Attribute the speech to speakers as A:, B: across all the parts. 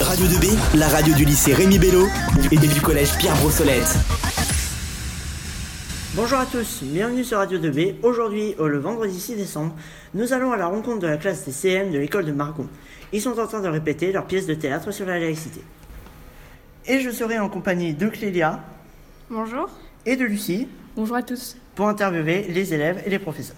A: Radio 2B, la radio du lycée Rémi Bello et du collège Pierre Brossolette.
B: Bonjour à tous, bienvenue sur Radio 2B. Aujourd'hui, oh, le vendredi 6 décembre, nous allons à la rencontre de la classe des CM de l'école de Margon. Ils sont en train de répéter leur pièce de théâtre sur la laïcité. Et je serai en compagnie de Clélia
C: Bonjour.
B: et de Lucie
C: Bonjour à tous.
B: pour interviewer les élèves et les professeurs.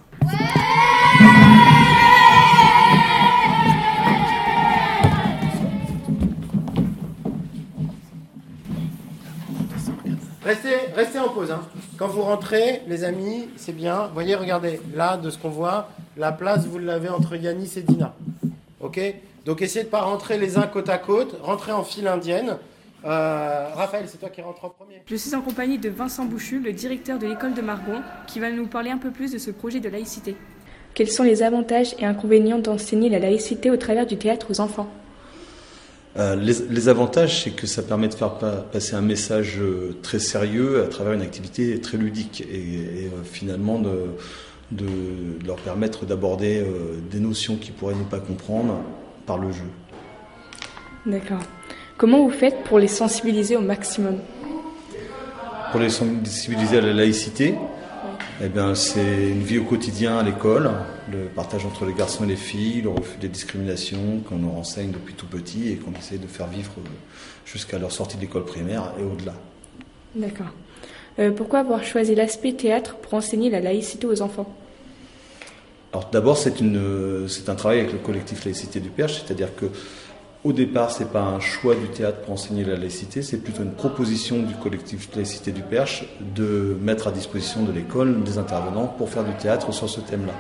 D: Restez, restez en pause. hein. Quand vous rentrez, les amis, c'est bien. Voyez, regardez, là, de ce qu'on voit, la place, vous l'avez entre Yanis et Dina. OK Donc, essayez de pas rentrer les uns côte à côte. Rentrez en file indienne. Euh, Raphaël, c'est toi qui rentre en premier.
C: Je suis en compagnie de Vincent Bouchu, le directeur de l'école de Margon, qui va nous parler un peu plus de ce projet de laïcité.
E: Quels sont les avantages et inconvénients d'enseigner la laïcité au travers du théâtre aux enfants
F: Euh, les, les avantages, c'est que ça permet de faire pa- passer un message euh, très sérieux à travers une activité très ludique et, et, euh, finalement de, de leur permettre d'aborder euh, des notions qu'ils pourraient ne pas comprendre par le jeu.
E: D'accord. Comment vous faites pour les sensibiliser au maximum
F: Pour les sensibiliser à la laïcité, eh bien, c'est une vie au quotidien à l'école, le partage entre les garçons et les filles, le refus des discriminations qu'on leur enseigne depuis tout petit et qu'on essaie de faire vivre euh, jusqu'à leur sortie de l'école primaire et au-delà.
E: D'accord. Euh, pourquoi avoir choisi l'aspect théâtre pour enseigner la laïcité aux enfants
F: Alors d'abord, c'est une, euh, c'est un travail avec le collectif laïcité du Perche, c'est-à-dire que au départ, c'est pas un choix du théâtre pour enseigner la laïcité, c'est plutôt une proposition du collectif laïcité du Perche de mettre à disposition de l'école des intervenants pour faire du théâtre sur ce thème-là.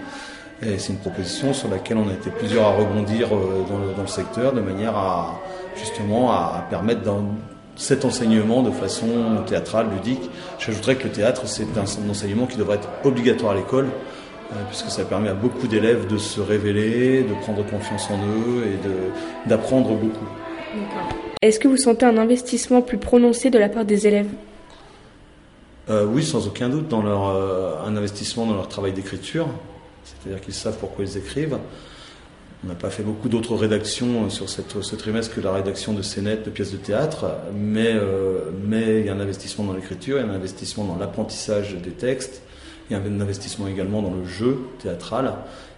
F: Et c'est une proposition sur laquelle on a été plusieurs à rebondir euh, dans le, dans le secteur de manière à justement à permettre d'en- cet enseignement de façon théâtrale, ludique. J'ajouterais que le théâtre, c'est un enseignement qui devrait être obligatoire à l'école, euh, puisque ça permet à beaucoup d'élèves de se révéler, de prendre confiance en eux et de- d'apprendre beaucoup.
E: Est-ce que vous sentez un investissement plus prononcé de la part des élèves
F: Euh, oui, sans aucun doute, dans leur, euh, un investissement dans leur travail d'écriture, c'est-à-dire qu'ils savent pourquoi ils écrivent. On n'a pas fait beaucoup d'autres rédactions euh, sur cette, ce trimestre que la rédaction de scénettes, de pièces de théâtre, mais euh, mais il y a un investissement dans l'écriture, il y a un investissement dans l'apprentissage des textes, il y a un investissement également dans le jeu théâtral,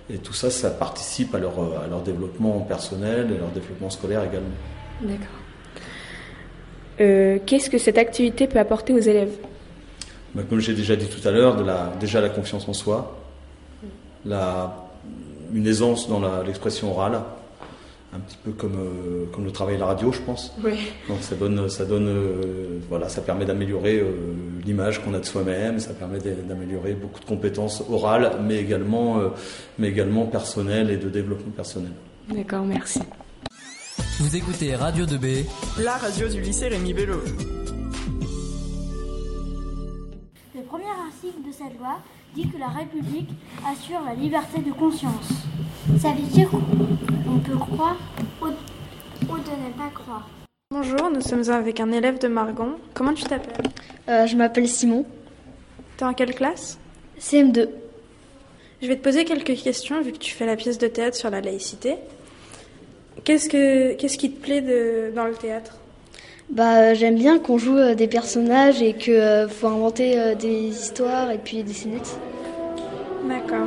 F: et tout ça, ça participe à leur, euh, à leur développement personnel et leur développement scolaire également.
E: D'accord. Euh, Qu'est-ce que cette activité peut apporter aux élèves
F: Bah, comme j'ai déjà dit tout à l'heure, de la, déjà la confiance en soi, la, une aisance dans la- l'expression orale, un petit peu comme, euh, comme le travail de la radio, je pense.
E: Oui.
F: Donc ça donne, ça donne, euh, voilà, ça permet d'améliorer euh, l'image qu'on a de soi-même, ça permet d'a- d'améliorer beaucoup de compétences orales, mais également, euh, mais également personnelles et de développement personnel.
E: D'accord, merci.
G: Vous écoutez Radio 2B
H: La radio du lycée Rémi Bello.
I: Le premier article de cette loi dit que la République assure la liberté de conscience. Ça veut dire qu'on peut croire ou, de ne pas croire.
J: Bonjour, nous sommes avec un élève de Margon. Comment tu t'appelles
K: Euh, je m'appelle Simon,
J: T'es en quelle classe
K: CM2.
J: Je vais te poser quelques questions vu que tu fais la pièce de théâtre sur la laïcité. Qu'est-ce, que, qu'est-ce qui te plaît de- dans le théâtre
K: Bah, euh, j'aime bien qu'on joue euh, des personnages et que euh, faut inventer euh, des histoires et puis des scénettes.
J: D'accord.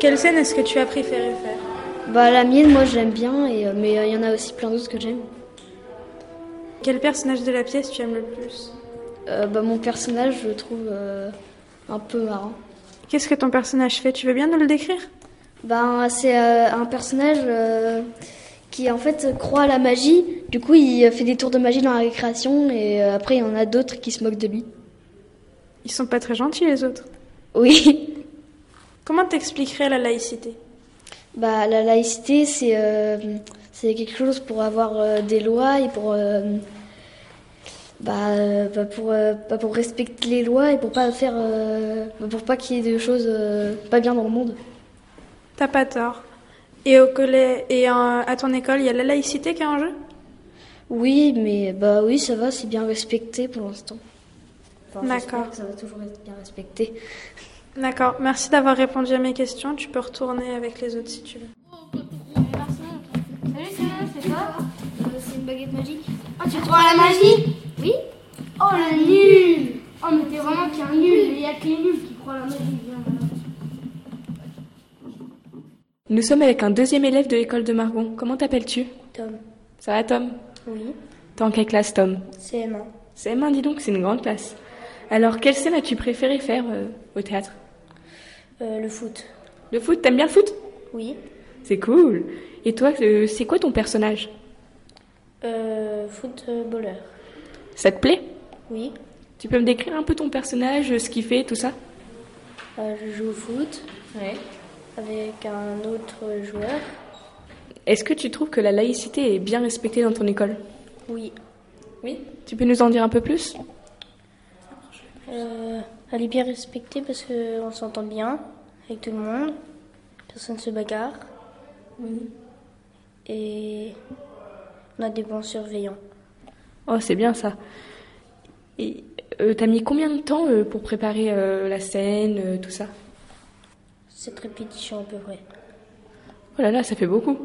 J: Quelle scène est-ce que tu as préféré faire
K: Bah, la mienne, moi, j'aime bien, et, euh, mais euh, il y en a aussi plein d'autres que j'aime.
J: Quel personnage de la pièce tu aimes le plus
K: Euh, bah, mon personnage, je le trouve euh, un peu marrant.
J: Qu'est-ce que ton personnage fait Tu veux bien nous le décrire
K: Bah, c'est euh, un personnage euh, qui, en fait, croit à la magie. Du coup, il euh, fait des tours de magie dans la récréation, et euh, après, il y en a d'autres qui se moquent de lui.
J: Ils sont pas très gentils les autres.
K: Oui.
J: Comment t'expliquerais la laïcité
K: Bah, la laïcité, c'est euh, c'est quelque chose pour avoir euh, des lois et pour, euh, bah, euh, bah, pour, euh, bah, pour respecter les lois et pour pas faire euh, bah, pour pas qu'il y ait des choses euh, pas bien dans le monde.
J: T'as pas tort. Et au collège et en- à ton école, il y a la laïcité qui est en jeu
K: Oui, mais bah oui, ça va, c'est bien respecté pour l'instant. Enfin, j'espère
J: D'accord.
K: que Ça va toujours être bien respecté.
J: D'accord, merci d'avoir répondu à mes questions. Tu peux retourner avec les autres si tu veux.
I: Salut, Euh, c'est toi C'est baguette magique. Oh, tu crois à la magie Oui. Oh, le nul Oh, mais t'es vraiment qu'un nul. Il y a que les nuls qui croient à la magie.
E: Nous sommes avec un deuxième élève de l'école de Margon. Comment t'appelles-tu
L: Tom.
E: Ça va, Tom
L: Oui.
E: T'es en quelle classe, Tom
L: CM1.
C: ben,
E: CM1, dis donc, c'est une grande classe. Alors, quelle scène as-tu préféré faire euh, au théâtre
L: Euh, le foot.
E: Le foot T'aimes bien le foot
L: Oui.
E: C'est cool. Et toi, euh, c'est quoi ton personnage
L: Euh, footballeur.
E: Ça te plaît
L: Oui.
E: Tu peux me décrire un peu ton personnage, euh, ce qu'il fait, tout ça
L: Euh, je joue au foot
E: Ouais.
L: avec un autre joueur.
E: Est-ce que tu trouves que la laïcité est bien respectée dans ton école
L: Oui.
E: Oui. Tu peux nous en dire un peu plus
L: Euh, elle est bien respectée parce qu'on s'entend bien avec tout le monde. Personne ne se bagarre.
E: Oui.
L: Et on a des bons surveillants.
E: Oh, c'est bien ça. Et euh, t'as mis combien de temps euh, pour préparer euh, la scène, euh, tout ça
L: Cette répétition à peu près.
E: Oh là là, ça fait beaucoup.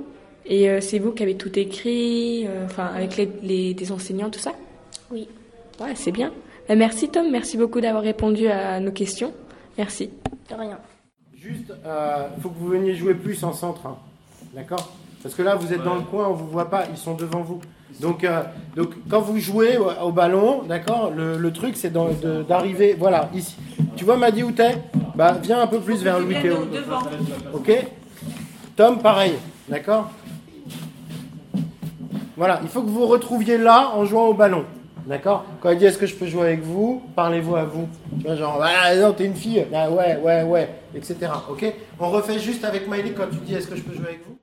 E: Et euh, c'est vous qui avez tout écrit, euh, enfin avec les, les- des enseignants, tout ça
L: Oui.
E: Ouais, c'est bien. Bah, merci Tom, merci beaucoup d'avoir répondu à nos questions. Merci.
L: De rien.
D: Juste, euh, faut que vous veniez jouer plus en centre. hein. D'accord Parce que là, vous êtes dans le coin, on vous voit pas, ils sont devant vous. Donc, euh, donc quand vous jouez au, au ballon, d'accord le, le truc, c'est dans- de- d'arriver, voilà, ici. Tu vois, Maddy, où t'es Bah, viens un peu plus vers Louis Théo. Ok Tom, pareil. D'accord Voilà, il faut que vous vous retrouviez là en jouant au ballon. D'accord Quand elle dit est-ce que je peux jouer avec vous, parlez-vous à vous. Tu vois, genre, ah non, t'es une fille. Ah ouais, ouais, ouais, etc. Ok On refait juste avec Miley quand tu dis est-ce que je peux jouer avec vous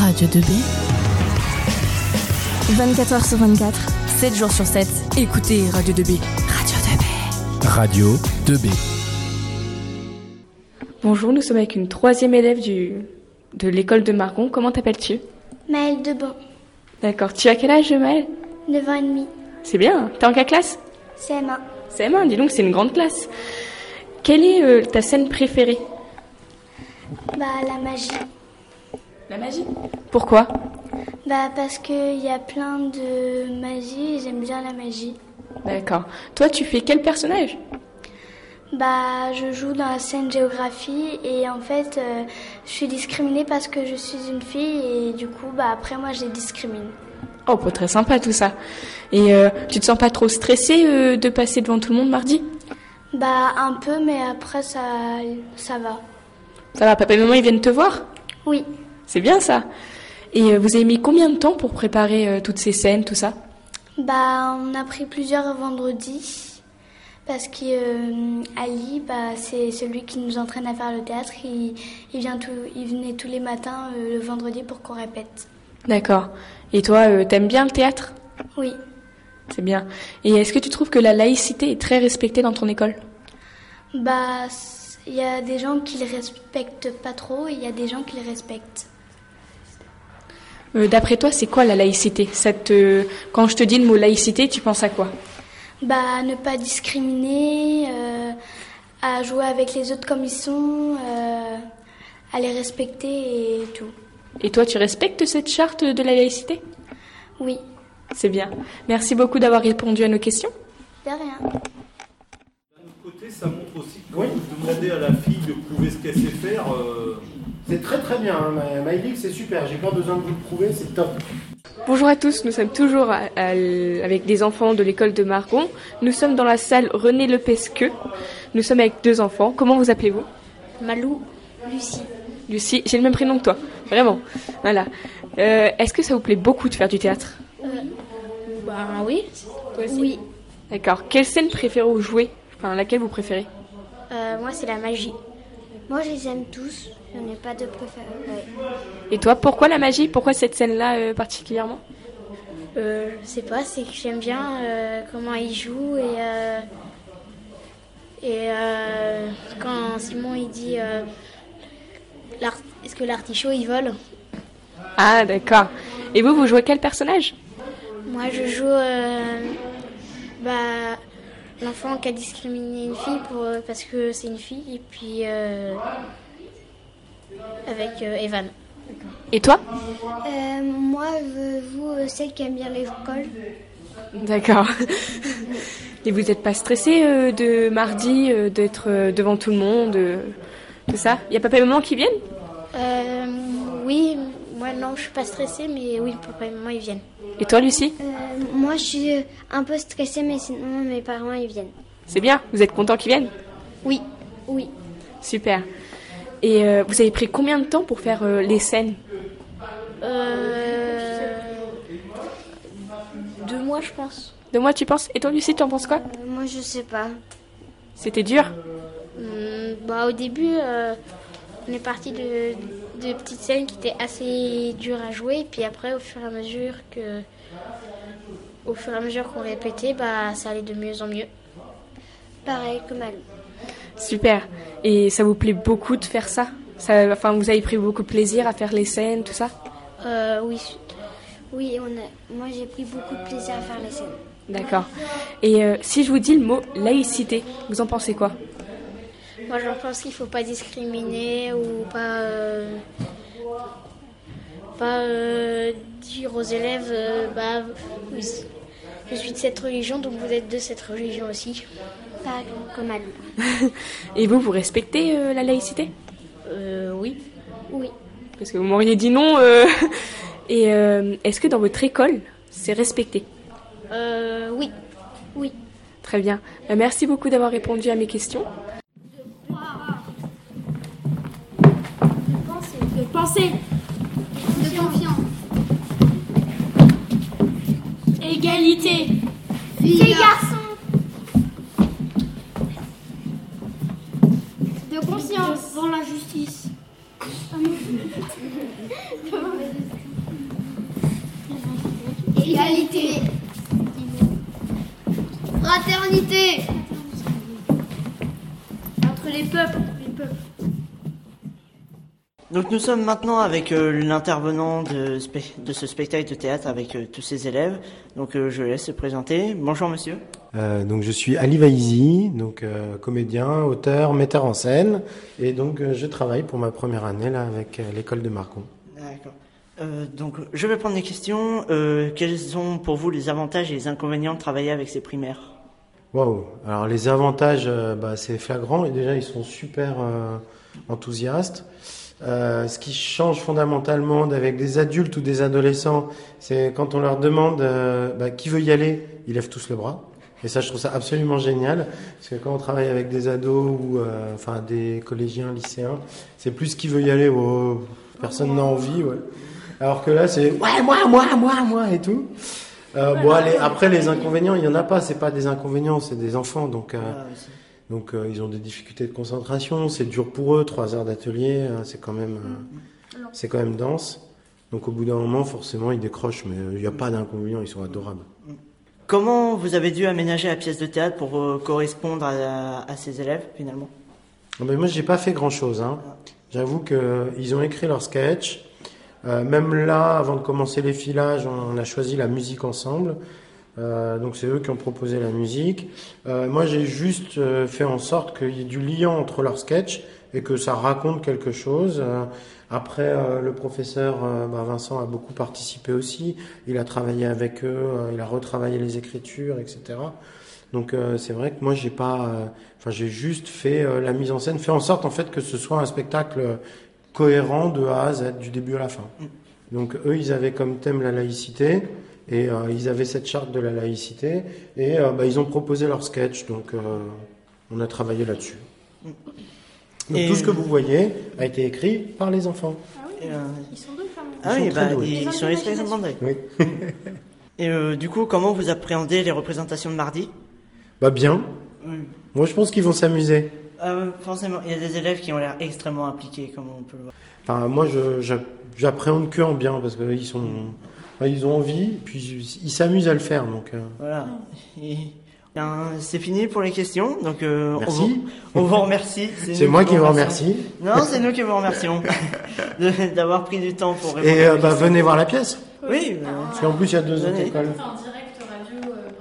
M: Radio 2B. 24h sur 24, 7 jours sur 7. Écoutez Radio 2B. Radio 2B.
N: Radio 2B.
E: Bonjour, nous sommes avec une troisième élève du, de l'école de Margon. Comment t'appelles-tu
I: Maëlle Debon,
E: D'accord, tu as quel âge Maëlle
I: 9 ans et demi,
E: C'est bien, hein. t'es en quelle classe
I: CM1.
E: CM1, dis donc, c'est une grande classe. Quelle est euh, ta scène préférée
I: Bah, la magie.
E: La magie Pourquoi
I: Bah, parce qu'il y a plein de magie et j'aime bien la magie.
E: D'accord. Toi, tu fais quel personnage
I: Bah, je joue dans la scène géographie et en fait, euh, je suis discriminée parce que je suis une fille et du coup, bah, après, moi, je les discrimine.
E: Oh, pas très sympa tout ça. Et euh, tu te sens pas trop stressée euh, de passer devant tout le monde mardi
I: Bah, un peu, mais après, ça, ça va.
E: Ça va, papa et maman, ils viennent te voir
I: Oui.
E: C'est bien ça. Et euh, vous avez mis combien de temps pour préparer euh, toutes ces scènes, tout ça
I: Bah, on a pris plusieurs vendredis parce que euh, Ali, bah, c'est celui qui nous entraîne à faire le théâtre. Il, il vient tout- il venait tous les matins euh, le vendredi pour qu'on répète.
E: D'accord. Et toi, euh, t'aimes bien le théâtre
I: Oui.
E: C'est bien. Et est-ce que tu trouves que la laïcité est très respectée dans ton école
I: Bah, c- il y a des gens qui le respectent pas trop et il y a des gens qui le respectent.
E: Euh, D'après toi, c'est quoi la laïcité Ça te- Quand je te dis le mot laïcité, tu penses à quoi
I: Bah, ne pas discriminer, euh, à jouer avec les autres comme ils sont, euh, à les respecter et tout.
E: Et toi, tu respectes cette charte de la laïcité
I: Oui,
E: C'est bien. Merci beaucoup d'avoir répondu à nos questions.
I: de rien.
O: côté, ça montre aussi que quand vous demandez à la fille de prouver ce qu'elle sait faire. euh,
D: C'est très très bien, hein, Ma- Miley, c'est super. J'ai pas besoin de vous le prouver, c'est top.
E: Bonjour à tous, nous sommes toujours à- à l- avec des enfants de l'école de Margon. Nous sommes dans la salle René Lepesqueux. Nous sommes avec deux enfants. Comment vous appelez-vous
P: Malou, Lucie.
E: Lucie, j'ai le même prénom que toi, vraiment. Voilà. Euh, Est-ce que ça vous plaît beaucoup de faire du théâtre
P: Ben oui. Oui.
E: D'accord. Quelle scène préférez-vous jouer Enfin, laquelle vous préférez
I: Euh,
P: moi, c'est la magie.
I: Moi, je les aime tous. Je n'ai pas de préféré.
E: Et toi, pourquoi la magie Pourquoi cette scène-là euh, particulièrement
P: Euh, je sais pas, c'est que j'aime bien euh, comment il joue et. euh, et euh, quand Simon il dit. euh, l'art- Est-ce que l'artichaut il vole
E: Ah, d'accord. Et vous, vous jouez quel personnage
P: Moi, je joue. euh, bah. L'enfant qui a discriminé une fille pour, parce que c'est une fille et puis. euh, avec euh, Evan.
E: Et toi
I: Euh, moi, euh, vous, euh, celle qui aime bien l'école.
E: D'accord. Et vous n'êtes pas stressé euh, de mardi, euh, d'être euh, devant tout le monde, euh, tout ça Il y a papa et maman qui viennent
P: Euh, oui, moi non, je suis pas stressée, mais oui, papa et maman ils viennent.
E: Et toi, Lucie
I: Euh, moi, je suis euh, un peu stressée, mais sinon, mes parents, ils viennent.
E: C'est bien, vous êtes content qu'ils viennent
I: Oui, oui.
E: Super. Et euh, vous avez pris combien de temps pour faire euh, les scènes
P: Euh, deux mois, je pense.
E: De moi, tu penses Et toi, Lucie, tu en penses quoi
I: Euh, moi, je sais pas.
E: C'était dur
P: Hum, bah, au début, euh, on est parti de, de petites scènes qui étaient assez dures à jouer, et puis après, au fur et à mesure que, au fur et à mesure qu'on répétait, bah, ça allait de mieux en mieux.
I: Pareil que Malou.
E: Super. Et ça vous plaît beaucoup de faire ça, ça Enfin, vous avez pris beaucoup de plaisir à faire les scènes, tout ça
I: Euh, oui. Oui, on a... moi, j'ai pris beaucoup de plaisir à faire les scènes.
E: D'accord. Et euh, si je vous dis le mot laïcité, vous en pensez quoi
P: Moi, je pense qu'il faut pas discriminer ou pas, euh, pas euh, dire aux élèves, euh, bah, vous- je suis de cette religion, donc vous êtes de cette religion aussi.
I: Pas comme Malou.
E: Et vous, vous respectez euh, la laïcité
P: Euh, oui.
I: Oui.
E: Parce que vous m'auriez dit non. euh. Et euh, est-ce que dans votre école, c'est respecté
P: Euh, oui. Oui.
E: Très bien. Euh, Merci beaucoup d'avoir répondu à mes questions.
I: De penser. De confiance. Égalité. Filles et garçons. De conscience. Devant la justice. Égalité. Fraternité. Entre les peuples.
B: Donc nous sommes maintenant avec euh, l'intervenant de, spe- de ce spectacle de théâtre avec euh, tous ses élèves. Donc euh, je laisse se présenter. Bonjour monsieur.
D: Euh, donc je suis Ali Vaizi, donc euh, comédien, auteur, metteur en scène, et donc euh, je travaille pour ma première année là avec euh, l'école de Marcon.
B: D'accord. Euh, donc je vais prendre les questions. Euh, quels sont pour vous les avantages et les inconvénients de travailler avec ces primaires
D: Waouh Alors les avantages, euh, bah, c'est flagrant. Et déjà, ils sont super euh, enthousiastes. Euh, ce qui change fondamentalement d'avec des adultes ou des adolescents, c'est quand on leur demande euh, bah, qui veut y aller, ils lèvent tous le bras. Et ça, je trouve ça absolument génial, parce que quand on travaille avec des ados ou euh, enfin des collégiens, lycéens, c'est plus qui veut y aller, oh, personne n'a envie. ouais. Alors que là, c'est ouais, moi, moi, moi, moi et tout. Euh, bon, allez, après les inconvénients, il y en a pas. C'est pas des inconvénients, c'est des enfants, donc euh, donc euh, ils ont des difficultés de concentration. C'est dur pour eux, trois heures d'atelier, euh, c'est quand même euh, c'est quand même dense. Donc au bout d'un moment, forcément, ils décrochent, mais euh, il n'y a pas d'inconvénients, ils sont adorables.
B: Comment vous avez dû aménager la pièce de théâtre pour euh, correspondre à, à ces élèves finalement
D: Non, mais moi, j'ai pas fait grand chose. Hein. J'avoue que euh, ils ont écrit leur sketch. Euh, même là, avant de commencer les filages, on, on a choisi la musique ensemble. Euh, donc c'est eux qui ont proposé la musique. Euh, moi, j'ai juste euh, fait en sorte qu'il y ait du lien entre leurs sketchs et que ça raconte quelque chose. Euh, après, euh, le professeur euh, bah, Vincent a beaucoup participé aussi. Il a travaillé avec eux, euh, il a retravaillé les écritures, etc. Donc euh, c'est vrai que moi j'ai pas, euh, enfin j'ai juste fait euh, la mise en scène, fait en sorte en fait que ce soit un spectacle euh, cohérent de A à Z, du début à la fin.
B: Mm.
D: Donc eux ils avaient comme thème la laïcité et euh, ils avaient cette charte de la laïcité et euh, bah, ils ont proposé leur sketch, donc euh, on a travaillé là-dessus. Donc
B: Mm. Et-
D: tout ce que vous voyez a été écrit par les enfants.
B: Ils sont
L: doués,
B: euh, Ah
D: Ils
B: oui,
D: sont
B: bah,
D: très doués.
B: ils,
D: Ils ont
B: ils
D: de
B: sont extrêmement doués. Et euh, du coup, comment vous appréhendez les représentations de mardi
D: Bah bien.
B: Oui.
D: Moi je pense qu'ils vont s'amuser.
B: Euh, forcément, il y a des élèves qui ont l'air extrêmement impliqués, comme on peut le voir.
D: Enfin, moi, je- j'a- j'appréhende que en bien parce qu'ils sont, enfin, ils ont envie, puis ils s'amusent à le faire. Donc, euh,
B: Voilà. Et- Bien, c'est fini pour les questions. Donc, euh,
D: Merci.
B: On, vous, on vous remercie.
D: C'est
B: nous
D: moi qui vous remercie.
B: remercions. Non, c'est nous qui vous remercions de- d'avoir pris du temps pour répondre.
D: et euh,
B: aux
D: bah,
B: questions.
D: venez voir la pièce.
B: Oui. euh,
D: Parce qu'en plus, il y a deux autres
B: Venez.
D: écoles.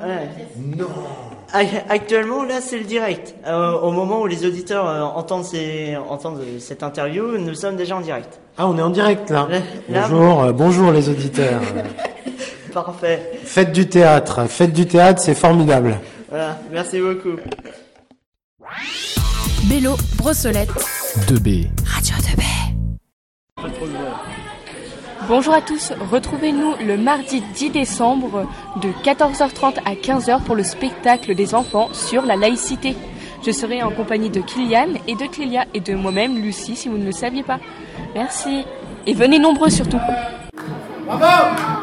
B: Ouais. Actuellement, là, c'est le direct. Euh, au moment où les auditeurs euh, entendent, ces- entendent, euh, cette interview, nous sommes déjà en direct.
D: Ah, on est en direct là.
B: là-
D: Bonjour, euh, bonjour les auditeurs.
B: Parfait.
D: Faites du théâtre, faites du théâtre, c'est formidable.
B: Voilà, merci beaucoup.
M: Bello, Brossolette,
N: 2B.
M: Radio 2B. Bonjour à tous, retrouvez-nous le mardi 10 décembre de 14h30 à 15h pour le spectacle des enfants sur la laïcité. Je serai en compagnie de Kylian et de Clélia et de moi-même, Lucie, si vous ne le saviez pas. Merci et venez nombreux surtout.
D: Bravo